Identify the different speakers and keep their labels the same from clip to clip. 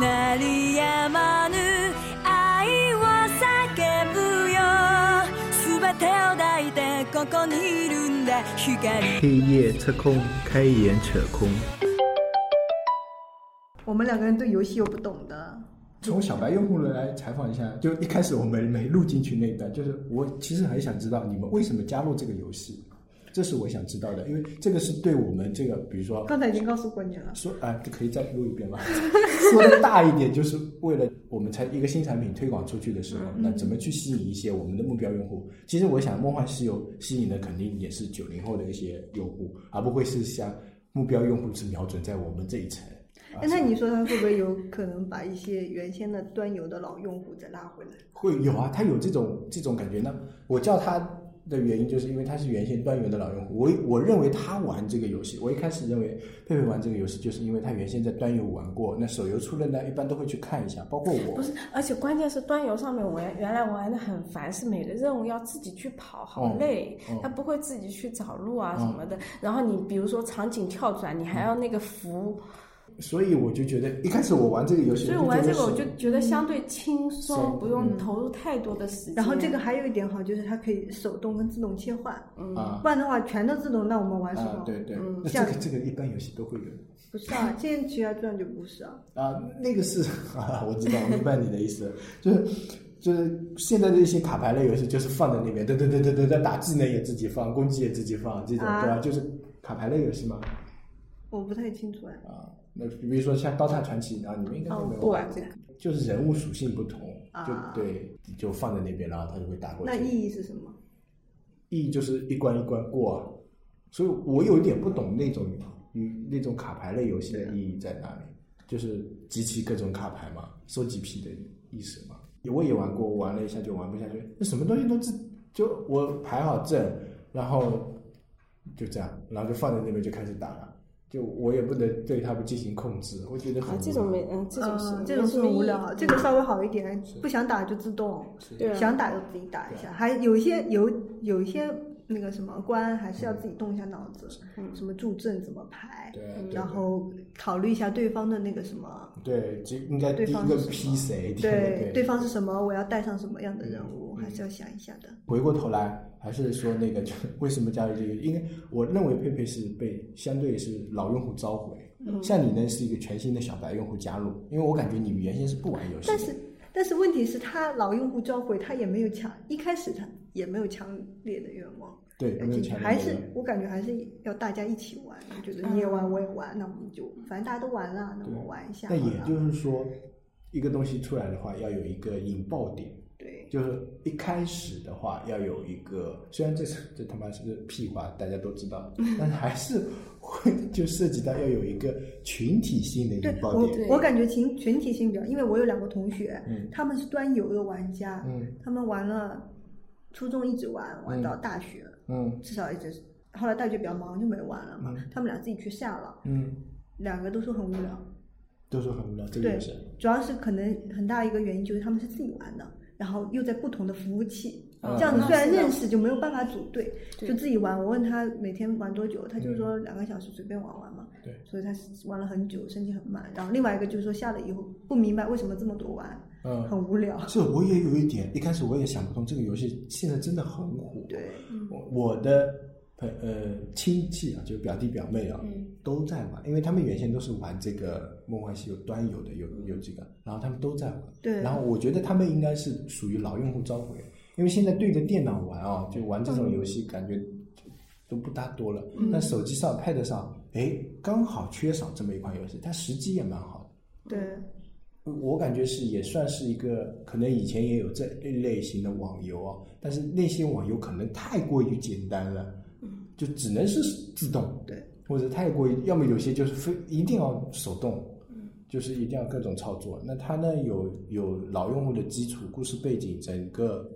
Speaker 1: 鳴りやまぬ愛を叫ぶよ全てを抱いてここにいるんだ光
Speaker 2: 黑夜彻空，开眼扯空。
Speaker 3: 我们两个人对游戏又不懂的，
Speaker 4: 从小白用户来采访一下，就一开始我们没录进去那一段，就是我其实很想知道你们为什么加入这个游戏，这是我想知道的，因为这个是对我们这个，比如说
Speaker 3: 刚才已经告诉过你了。
Speaker 4: 说啊、可以再录一遍吗？ 说的大一点，就是为了我们才一个新产品推广出去的时候，那怎么去吸引一些我们的目标用户？其实我想，《梦幻西游》吸引的肯定也是九零后的一些用户，而不会是像目标用户是瞄准在我们这一层。啊
Speaker 3: 哎，那你说他会不会有可能把一些原先的端游的老用户再拉回来？
Speaker 4: 会有啊，他有这种这种感觉。那我叫他的原因，就是因为他是原先端游的老用户。我我认为他玩这个游戏，我一开始认为佩佩玩这个游戏，就是因为他原先在端游玩过。那手游出了呢，一般都会去看一下，包括我
Speaker 5: 不。是，而且关键是端游上面，我原原来玩的很烦，是每个任务要自己去跑，好
Speaker 4: 嗯
Speaker 5: 累
Speaker 4: 嗯，
Speaker 5: 他不会自己去找路啊
Speaker 4: 嗯
Speaker 5: 什么的。然后你比如说场景跳转，你还要那个扶，
Speaker 4: 所以我就觉得一开始我玩这个游戏，
Speaker 5: 所以
Speaker 4: 我
Speaker 5: 我玩这个我
Speaker 4: 就觉
Speaker 5: 就
Speaker 4: 得是
Speaker 5: 觉得相对轻松，
Speaker 4: 嗯
Speaker 5: 不用投入太多的时间。
Speaker 3: 然后这个还有一点好，就是它可以手动跟自动切换，
Speaker 5: 嗯
Speaker 4: 啊
Speaker 3: 不然的话全都自动，那我们玩什么？
Speaker 4: 啊，对对，
Speaker 3: 嗯
Speaker 4: 那这
Speaker 3: 像
Speaker 4: 个这个一般游戏都会有
Speaker 3: 不是啊，《仙剑奇侠传》就不是啊。
Speaker 4: 啊。那个是， 啊、我知道，我明白你的意思， 就是。就是现在的一些卡牌类游戏，就是放在那边，噔噔噔噔噔噔，打技能也自己放，攻击也自己放，这种、
Speaker 3: 啊
Speaker 4: 对吧？就是卡牌类游戏嘛。
Speaker 3: 我不太清楚哎，
Speaker 4: 啊，那比如说像《刀塔传奇》啊，你们应该都没有
Speaker 5: 哦不
Speaker 4: 玩
Speaker 5: 玩
Speaker 4: 这个，就是人物属性不同，就
Speaker 3: 啊
Speaker 4: 对，就放在那边，然后他就会打过去。
Speaker 3: 那意义是什么？
Speaker 4: 意义就是一关一关过啊，所以我有一点不懂那种嗯那种卡牌类游戏的意义在哪里，就是集齐各种卡牌嘛，收集癖的意思嘛。我也玩过，我玩了一下就玩不下去，那什么东西都自就我排好阵，然后就这样，然后就放在那边就开始打了，就我也不能对他们进行控制，我觉得很
Speaker 5: 啊
Speaker 4: 无
Speaker 5: 这种
Speaker 4: 聊
Speaker 5: 没嗯这种是
Speaker 3: 嗯，这种
Speaker 5: 是
Speaker 3: 更无聊，这个稍微好一点，不想打就自动，
Speaker 5: 对啊
Speaker 3: 想打就自己打一下。还有一些有有一些那个什么关，还是要自己动一下脑子，什么助阵怎么排，
Speaker 4: 对啊对
Speaker 3: 嗯然后考虑一下对方的那个什么，
Speaker 4: 对，就应该第
Speaker 3: 对
Speaker 4: 一
Speaker 3: 方
Speaker 4: 个
Speaker 3: 是什么
Speaker 4: 劈谁，第一个
Speaker 3: 对，对方是什么，我要带上什么样的人物，
Speaker 4: 嗯
Speaker 3: 还是要想一下的。
Speaker 4: 回过头来，还是说那个，就为什么加入这个？因为我认为佩佩是被相对是老用户召回，
Speaker 3: 嗯
Speaker 4: 像你呢是一个全新的小白用户加入，因为我感觉你原先是不玩游戏的，
Speaker 3: 但是但是问题是，他老用户召回，他也没有强，一开始他也没有强烈的愿望。
Speaker 4: 对
Speaker 3: 来
Speaker 4: 没有
Speaker 3: 进去
Speaker 4: 强烈
Speaker 3: 还
Speaker 4: 的
Speaker 3: 是
Speaker 4: 愿望嗯
Speaker 3: 我感觉还是要大家一起玩，我觉得你也玩，我也玩，那我们就反正大家都玩了，那我们玩一下好
Speaker 4: 那
Speaker 3: 了。
Speaker 4: 也就是说，一个东西出来的话，要有一个引爆点，
Speaker 3: 对，
Speaker 4: 就是一开始的话要有一个，虽然这是这他妈是个屁话，大家都知道，
Speaker 3: 嗯
Speaker 4: 但是还是会就涉及到要有一个群体性的
Speaker 3: 对
Speaker 4: 引爆
Speaker 3: 我
Speaker 4: 点，
Speaker 3: 我感觉群群体性比较，因为我有两个同学，
Speaker 4: 嗯
Speaker 3: 他们是端游的玩家，
Speaker 4: 嗯
Speaker 3: 他们玩了初中一直玩，玩到大学，
Speaker 4: 嗯
Speaker 3: 至少一直。后来大学比较忙就没玩了嘛，
Speaker 4: 嗯
Speaker 3: 他们俩自己去下了，
Speaker 4: 嗯，
Speaker 3: 两个都说很无聊。
Speaker 4: 都是很无聊，这个
Speaker 3: 对
Speaker 4: 也是。，
Speaker 3: 主要是可能很大一个原因就是他们是自己玩的，然后又在不同的服务器，
Speaker 4: 嗯
Speaker 3: 这样子虽然
Speaker 5: 那是的
Speaker 3: 认识就没有办法组队，
Speaker 5: 对
Speaker 3: 就自己玩。我问他每天玩多久，他就说两个小时随便玩玩嘛。
Speaker 4: 嗯对
Speaker 3: 所以他玩了很久，身体很慢。然后另外一个就是说下了以后不明白为什么这么多玩，
Speaker 4: 嗯
Speaker 3: 很无聊。
Speaker 4: 这我也有一点，一开始我也想不通，这个游戏现在真的很火。
Speaker 3: 对，
Speaker 4: 我我的朋呃亲戚啊，就是表弟表妹啊，
Speaker 3: 嗯
Speaker 4: 都在玩，因为他们原先都是玩这个《梦幻西游》端游的，有有几个，然后他们都在玩。
Speaker 3: 对
Speaker 4: 然后我觉得他们应该是属于老用户召回，因为现在对着电脑玩啊，就玩这种游戏，感觉都不大多了。
Speaker 3: 嗯
Speaker 4: 但手机上、Pad 上，哎，刚好缺少这么一款游戏，它时机也蛮好的。
Speaker 3: 对，
Speaker 4: 我感觉是也算是一个，可能以前也有这类型的网游啊，但是那些网游可能太过于简单了，就只能是自动，
Speaker 3: 嗯对，
Speaker 4: 或者太过于，要么有些就是非一定要手动，
Speaker 3: 嗯
Speaker 4: 就是一定要各种操作。那它呢有有老用户的基础、故事背景，整个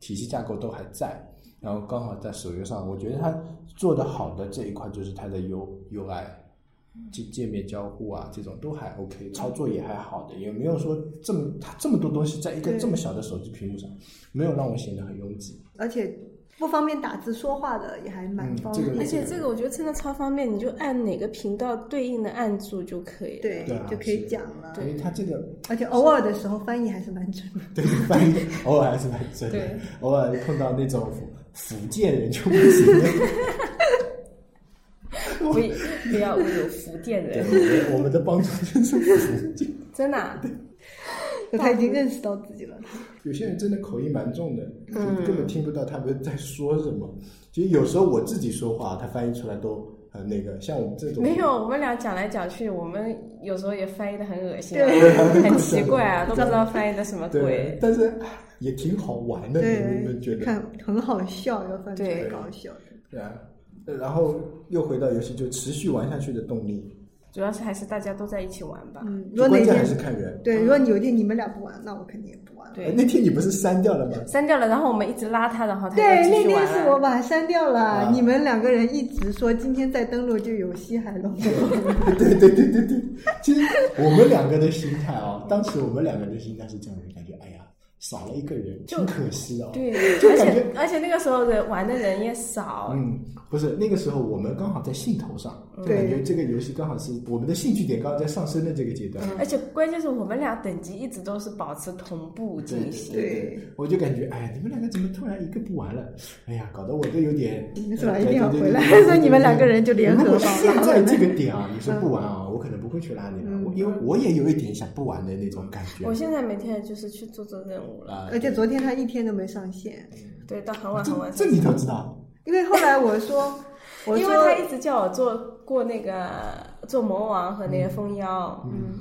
Speaker 4: 体系架构都还在，然后刚好在手游上，我觉得它做的好的这一块就是它的 U UI
Speaker 3: 嗯
Speaker 4: 界界面交互啊，这种都还 OK，操作也还好的，也没有说这么它这么多东西在一个
Speaker 3: 对
Speaker 4: 这么小的手机屏幕上，没有让我显得很拥挤。
Speaker 3: 而且不方便打字说话的也还蛮
Speaker 4: 嗯
Speaker 3: 方
Speaker 4: 这
Speaker 3: 便
Speaker 4: 个
Speaker 3: 的，
Speaker 5: 而且这个我觉得真的超方便，你就按哪个频道对应的按住就可以了。
Speaker 3: 对
Speaker 4: 对啊
Speaker 3: 就可以
Speaker 4: 是
Speaker 3: 讲了，
Speaker 4: 因为他这个
Speaker 3: 而且偶尔的时候翻译还是蛮准 的。
Speaker 4: 对翻译偶尔还是蛮准的
Speaker 5: 对，
Speaker 4: 偶尔碰到那种福福建人就不行了。
Speaker 5: 不不要我有福建
Speaker 4: 对，
Speaker 5: 人，
Speaker 4: 我们我们的帮助就是福建。
Speaker 5: 真的啊、
Speaker 3: 他已经认识到自己了，
Speaker 4: 有些人真的口音蛮重的，就根本听不到他们在说什么。其实有时候我自己说话，他翻译出来都很那个。像我们这种
Speaker 5: 没有，我们俩讲来讲去，我们有时候也翻译的很恶心、啊
Speaker 4: 对，
Speaker 5: 很奇怪 啊，都不知道翻译的什么
Speaker 4: 对
Speaker 5: 鬼，。
Speaker 4: 但是啊也挺好玩的，你们觉
Speaker 3: 对，
Speaker 4: 得？
Speaker 3: 看很好笑，要翻出来
Speaker 5: 对
Speaker 3: 搞笑的。
Speaker 4: 对啊，呃然后又回到游戏，就持续玩下去的动力。
Speaker 5: 主要是还是大家都在一起玩吧。
Speaker 3: 嗯，如
Speaker 4: 就
Speaker 3: 果
Speaker 4: 关
Speaker 3: 哪
Speaker 4: 键还是
Speaker 3: 天
Speaker 4: 看人。
Speaker 3: 对，如果有一天你们俩不玩，那我肯定也不玩了。
Speaker 5: 对
Speaker 4: 哎那天你不是删掉了吗？
Speaker 5: 删掉了，然后我们一直拉他，然后他
Speaker 3: 对，
Speaker 5: 就继
Speaker 3: 那
Speaker 5: 续玩啊
Speaker 3: 天
Speaker 5: 了
Speaker 3: 是我把它删掉了，
Speaker 4: 啊
Speaker 3: 你们两个人一直说今天再登录就有西海 龙。
Speaker 4: 对对对对对，其实我们两个的心态哦，当时我们两个的心态是这样的，感觉哎呀，少了一个人，挺可惜的、哦。
Speaker 5: 对，
Speaker 4: 就
Speaker 5: 而
Speaker 4: 感觉
Speaker 5: 且而且那个时候的玩的人也少，
Speaker 4: 嗯，不是那个时候我们刚好在兴头上，就感觉这个游戏刚好是我们的兴趣点刚好在上升的这个阶段。
Speaker 5: 而且关键是我们俩等级一直都是保持同步进行。
Speaker 3: 对
Speaker 4: 我就感觉，哎，你们两个怎么突然一个不玩了？哎呀，搞得我都有点，
Speaker 3: 你们是吧
Speaker 4: 呃
Speaker 3: 一定要
Speaker 4: 对
Speaker 3: 回
Speaker 4: 对
Speaker 3: 来
Speaker 4: 对对
Speaker 3: 所以你们两个人就联合
Speaker 4: 如果
Speaker 3: 吧
Speaker 4: 现在这个点啊，你说不玩啊，我可能不会去拉你了，我因为我也有一点想不玩的那种感觉
Speaker 5: 我。现在每天就是去做做任务了，
Speaker 4: 啊，
Speaker 3: 而且昨天他一天都没上线，
Speaker 5: 对，到很晚很晚才
Speaker 4: 这你都 知道。
Speaker 3: 因为后来我说，我
Speaker 5: 因为他
Speaker 3: 说
Speaker 5: 一直叫我做过那个做魔王和那个蜂妖，嗯，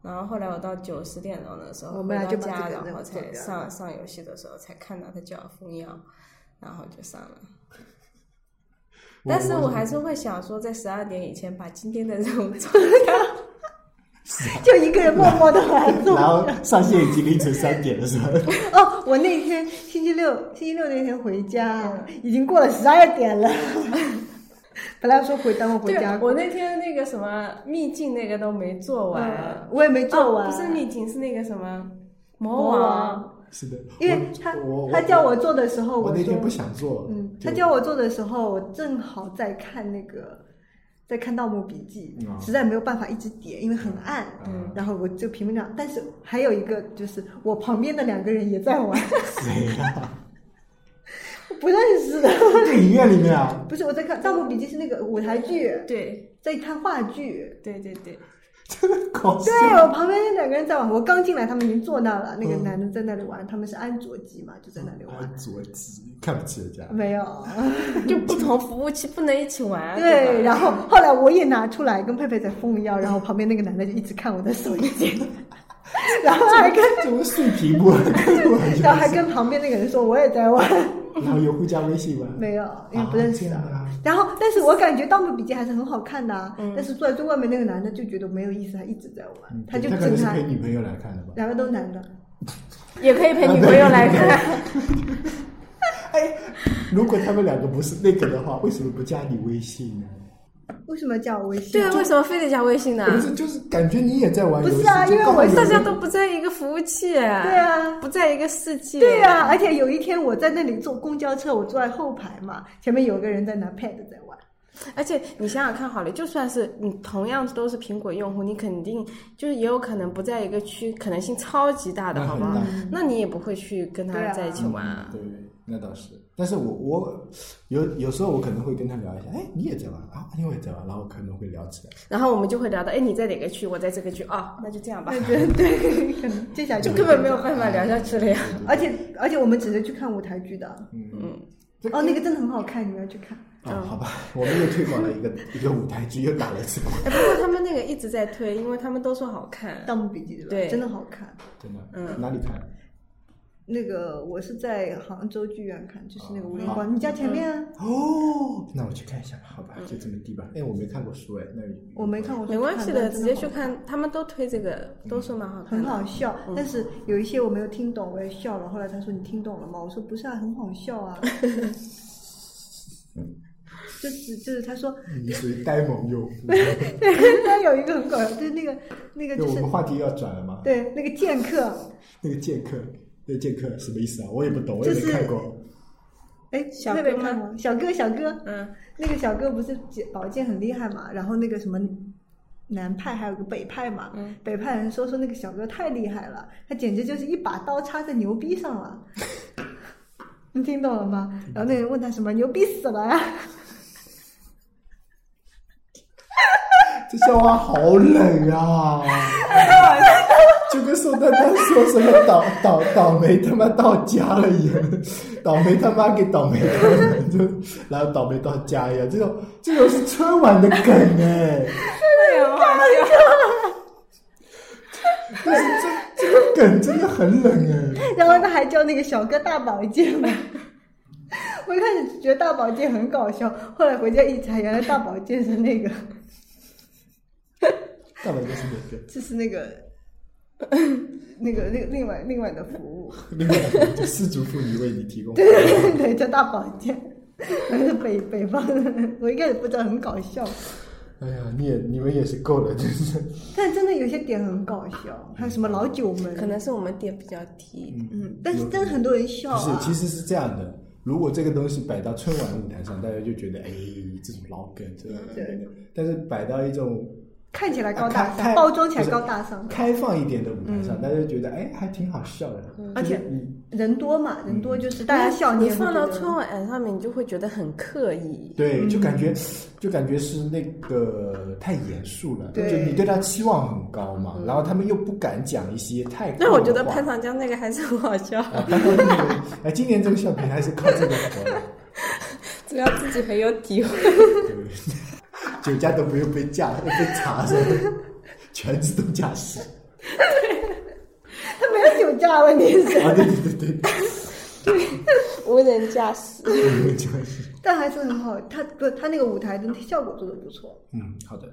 Speaker 5: 然后后来我到九十点钟的时候
Speaker 3: 我们俩
Speaker 5: 回
Speaker 3: 就
Speaker 5: 到
Speaker 3: 把
Speaker 5: 家，
Speaker 3: 这个
Speaker 5: 然后
Speaker 3: 做
Speaker 5: 才
Speaker 3: 掉
Speaker 5: 上上游戏的时候才看到他叫我蜂妖，然后就上了。但是我还是会想说，在十二点以前把今天的任务 做掉。
Speaker 3: 就一个人默默的玩
Speaker 4: 然后上线已经凌晨三点了，是 吧？
Speaker 3: 哦，我那天星期六，星期六那天回家，啊已经过了十二点了。本来说回等我回
Speaker 5: 对
Speaker 3: 家，，
Speaker 5: 我那天那个什么秘境那个都没做完，
Speaker 3: 嗯，我也没做完，
Speaker 5: 哦不是秘境，是那个什么魔
Speaker 3: 魔
Speaker 5: 王。
Speaker 3: 王，
Speaker 4: 是的，
Speaker 3: 因为他
Speaker 4: 我我
Speaker 3: 他叫我做的时候，
Speaker 4: 我那天
Speaker 3: 说
Speaker 4: 不想做，
Speaker 3: 嗯，
Speaker 4: 就
Speaker 3: 他叫我做的时候，我正好在看那个，在看《盗墓笔记
Speaker 4: 嗯啊》，
Speaker 3: 实在没有办法一直点，因为很暗。
Speaker 4: 嗯
Speaker 3: 然后我就屏幕上，但是还有一个就是我旁边的两个人也在玩，
Speaker 4: 谁呀？
Speaker 3: 我不认识的。
Speaker 4: 电影院里面啊，
Speaker 3: 不是我在看《盗墓笔记》是那个舞台剧，
Speaker 5: 对
Speaker 3: 在看话剧。
Speaker 5: 对对对，
Speaker 4: 真的搞笑
Speaker 3: 对。我旁边那两个人在玩，我刚进来，他们已经坐那了。那
Speaker 4: 嗯
Speaker 3: 个男的在那里玩，他们是安卓机嘛，就在那里玩。
Speaker 4: 安卓机看不起人家，
Speaker 3: 没有，
Speaker 5: 就不同服务器不能一起玩。
Speaker 3: 对，
Speaker 5: 吧
Speaker 3: 然后后来我也拿出来跟佩佩在疯一样，然后旁边那个男的就一直看我的手机， 然后还跟
Speaker 4: 怎么碎屏幕啊？
Speaker 3: 然后还跟旁边那个人说我也在玩，
Speaker 4: 然后有互加微信吗？
Speaker 3: 没有，因为不认识
Speaker 4: 啊这样的啊
Speaker 3: 然后，但是我感觉《盗墓笔记》还是很好看的、啊，但是坐在最外面那个男的就觉得没有意思，他一直在玩，
Speaker 4: 嗯
Speaker 3: 他就
Speaker 4: 他可
Speaker 3: 整
Speaker 4: 能是
Speaker 3: 他
Speaker 4: 陪女朋友来看的吧。
Speaker 3: 两个都男的，
Speaker 5: 也可以陪女朋友来 看。
Speaker 4: 如果他们两个不是那个的话，为什么不加你微信呢？
Speaker 3: 为什么加我微信？
Speaker 5: 对啊，为什么非得加微信呢？
Speaker 4: 不是，就是感觉你也在玩游戏，
Speaker 3: 啊不是啊
Speaker 4: 就
Speaker 3: 因为
Speaker 4: 刚好
Speaker 3: 我
Speaker 4: 有
Speaker 5: 大家
Speaker 4: 人
Speaker 5: 都不在一个服务器，对
Speaker 3: 对，啊。
Speaker 5: 不在一个世界，
Speaker 3: 对啊，而且有一天我在那里坐公交车，我坐在后排嘛，前面有个人在拿 pad 在玩，
Speaker 5: 而且你想想看好了，就算是你同样都是苹果用户，你肯定就是也有可能不在一个区，可能性超级大的，
Speaker 4: 那
Speaker 5: 好
Speaker 4: 很
Speaker 5: 不好
Speaker 4: 大？
Speaker 5: 那你也不会去跟他
Speaker 3: 对啊
Speaker 5: 在一起玩啊。
Speaker 4: 对，那倒是。但是我我有有时候我可能会跟他聊一下，哎，你也在玩啊，你也在玩，然后可能会聊起来。
Speaker 5: 然后我们就会聊到，哎，你在哪个区？我在这个区啊、那就这样吧，
Speaker 3: 对对，可能接下来
Speaker 5: 就
Speaker 3: 就
Speaker 5: 根本没有办法聊下去了呀。
Speaker 3: 而且而且我们只是去看舞台剧的，
Speaker 4: 嗯，
Speaker 3: 哦，那个嗯真的很好看，你们要去看。
Speaker 4: 啊，好吧， 我们又推广了一个一个舞台剧，又打了一次 广告，
Speaker 5: 哎，不过他们那个一直在推，因为他们都说好看。
Speaker 3: 《盗墓笔记》对吧？
Speaker 5: 对
Speaker 3: 真的好看。
Speaker 4: 真的。
Speaker 5: 嗯
Speaker 4: 哪里看？
Speaker 3: 那个我是在杭州剧院看，就是那个无人
Speaker 5: 哦
Speaker 4: 啊
Speaker 3: 馆，你家前面
Speaker 5: 嗯
Speaker 3: 啊，
Speaker 4: 哦，那我去看一下吧，好吧，就这么地吧。哎，我没看过书，哎，那
Speaker 3: 嗯我没看，我说
Speaker 5: 没关系
Speaker 3: 看
Speaker 5: 的，
Speaker 3: 但
Speaker 5: 直
Speaker 3: 真
Speaker 5: 接去
Speaker 3: 好看。
Speaker 5: 看，嗯他们都推这个，都说蛮好看
Speaker 3: 很
Speaker 5: 的。
Speaker 3: 好笑，但是有一些我没有听懂，我也笑了。后来他说你听懂了吗？我说不是啊，很好笑 啊。就是就是他说，
Speaker 4: 你属于呆萌用 户。
Speaker 3: 他有一个很搞笑，就是那个那个
Speaker 4: 那
Speaker 3: 就
Speaker 4: 我
Speaker 3: 是
Speaker 4: 们话题要转了吗？
Speaker 3: 对那个剑客，
Speaker 4: 那个剑客，那个剑客什么意思啊？我也不懂，我也
Speaker 3: 就
Speaker 4: 没
Speaker 3: 是
Speaker 4: 看过。
Speaker 3: 哎，
Speaker 5: 小
Speaker 3: 那个
Speaker 5: 哥吗
Speaker 3: 看过小哥，小哥，
Speaker 5: 嗯，
Speaker 3: 那个小哥不是解宝剑很厉害嘛？然后那个什么南派还有个北派嘛，
Speaker 5: 嗯
Speaker 3: 北派人说说那个小哥太厉害了，他简直就是一把刀插在牛逼上了。 你听懂了吗？然后那人问他什么，牛逼死了呀！
Speaker 4: 这笑话好冷啊！ 就跟宋丹丹说什么倒倒倒霉他妈到家了一样，倒霉他妈给倒霉到了，就然后倒霉到家一样，这种这种是春晚的梗哎、
Speaker 5: 太好笑了。
Speaker 4: 但是这这个梗真的很冷哎、
Speaker 3: 然后他还叫那个小哥大宝剑嘛。 我一开始觉得大宝剑很搞笑，后来回家一查，原来大宝剑是那个，
Speaker 4: 大白就是哪个？
Speaker 3: 就是那个，那个另另外另外的服务。
Speaker 4: 另外就四足妇女为你提供。
Speaker 3: 对对，叫大保健，还是 北北方人。我一开始不知道，很搞笑，
Speaker 4: 哎呀，你也你们也是够了，真是。
Speaker 3: 但真的有些点很搞笑，还有什么老九门，
Speaker 5: 可能是我们点比较低，
Speaker 3: 嗯，但是真的很多人笑
Speaker 4: 不是，
Speaker 3: 啊
Speaker 4: 其。实是这样的。如果这个东西摆到春晚舞台上，大家就觉得哎，这种老梗，这种
Speaker 3: 对
Speaker 4: 但是摆到一种
Speaker 3: 看起来高
Speaker 4: 啊
Speaker 3: 大
Speaker 4: 开开
Speaker 3: 上，包装起来
Speaker 4: 不是
Speaker 3: 高大上，
Speaker 4: 开放一点的舞台上，大家就觉得哎，还挺好笑的。
Speaker 3: 而且
Speaker 4: 你
Speaker 3: 人多嘛，人多就是大家笑，
Speaker 5: 你
Speaker 3: 也会
Speaker 5: 放到
Speaker 3: 觉得
Speaker 5: 春晚上面，你就会觉得很刻意。
Speaker 4: 对，就感觉、 就感觉是那个太严肃了，
Speaker 3: 对
Speaker 4: 就你对他期望很高嘛，然后他们又不敢讲一些太过的
Speaker 5: 但
Speaker 4: 话。
Speaker 5: 我觉得潘长江那个还是很好笑，
Speaker 4: 啊，潘长江那个，哎，今年这个小品还是靠这个火的。
Speaker 5: 主要自己很有体会。
Speaker 4: 酒驾都不用被驾，被查是吧？全自动驾驶。
Speaker 3: 他 没有酒驾问题是，
Speaker 4: 啊，对对对对，
Speaker 5: 无人驾 驶，
Speaker 4: 自动驾驶。
Speaker 3: 但还是很好。他不，他那个舞台的效果做的不错。
Speaker 4: 嗯，好的，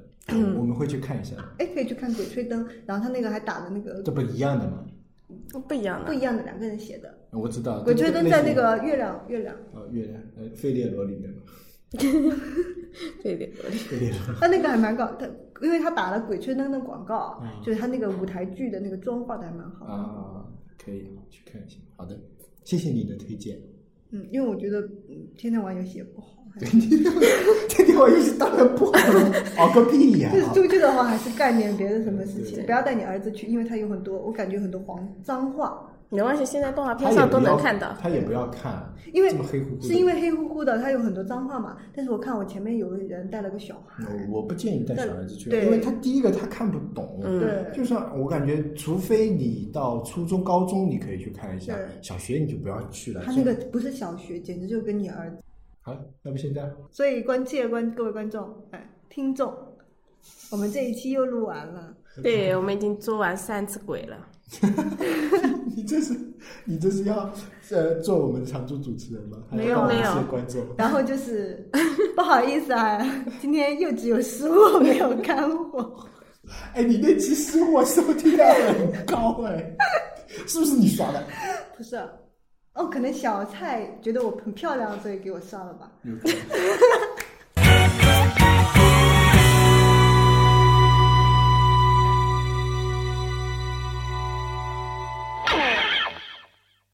Speaker 4: 我们会去看一下的，
Speaker 3: 哎，可以去看《鬼吹灯》，然后他那个还打了那个
Speaker 4: 这不一样的嘛。
Speaker 5: 不一样
Speaker 3: 不
Speaker 5: 的。
Speaker 3: 一样的两个人写的
Speaker 4: 我知道，
Speaker 3: 《鬼吹灯》在那
Speaker 4: 类
Speaker 3: 个月亮月 亮，
Speaker 4: 似于呃月亮呃费列罗里面嘛，
Speaker 5: 对对对，
Speaker 4: 费列罗。
Speaker 3: 他那个还蛮搞，他因为他打了《鬼吹灯》的广告，
Speaker 4: 嗯
Speaker 3: 就是他那个舞台剧的那个妆化的还蛮好。
Speaker 4: 啊，可以去看一下。好的，谢谢你的推荐。
Speaker 3: 嗯，因为我觉得嗯，天天玩游戏也不好，还是
Speaker 4: 这地方游戏当然不好了，好个屁呀、 哦
Speaker 3: 就是出去的话还是干点别的什么事
Speaker 4: 对
Speaker 3: 情，不要带你儿子去，因为他有很多，我感觉很多黄脏话，
Speaker 5: 没关系，现在动画
Speaker 4: 他
Speaker 5: 片
Speaker 4: 也
Speaker 5: 上
Speaker 4: 不
Speaker 5: 都
Speaker 4: 要
Speaker 5: 能看到。
Speaker 4: 他也不要看，
Speaker 3: 因为
Speaker 4: 这么黑乎乎的。
Speaker 3: 是因为黑乎乎的，他有很多脏话嘛。但是我看我前面有个人带了个小孩，
Speaker 4: 我我不建议带小孩子去，
Speaker 3: 对嗯
Speaker 4: 因为他第一个他看不懂，
Speaker 3: 对
Speaker 4: 就算我感觉，除非你到初中、高中你可以去看一下
Speaker 3: 对，
Speaker 4: 小学你就不要去了。
Speaker 3: 他那个不是小学，简直就跟你儿子。
Speaker 4: 好了，要不现在
Speaker 3: 所以关切关各位观众，哎，听众，我们这一期又录完了。
Speaker 5: 对，我们已经捉完三次鬼了。
Speaker 4: 你这是你这是要呃做我们的常驻主持人吗？还
Speaker 3: 没有
Speaker 4: 当我们
Speaker 5: 没有
Speaker 4: 是观众。
Speaker 3: 然后就是不好意思啊，今天又只有失误没有干货。
Speaker 4: 哎，你那期失我收听量很高哎、 是不是你刷的？
Speaker 3: 不是，啊哦，可能小蔡觉得我很漂亮，所以给我上了吧。
Speaker 4: 有可能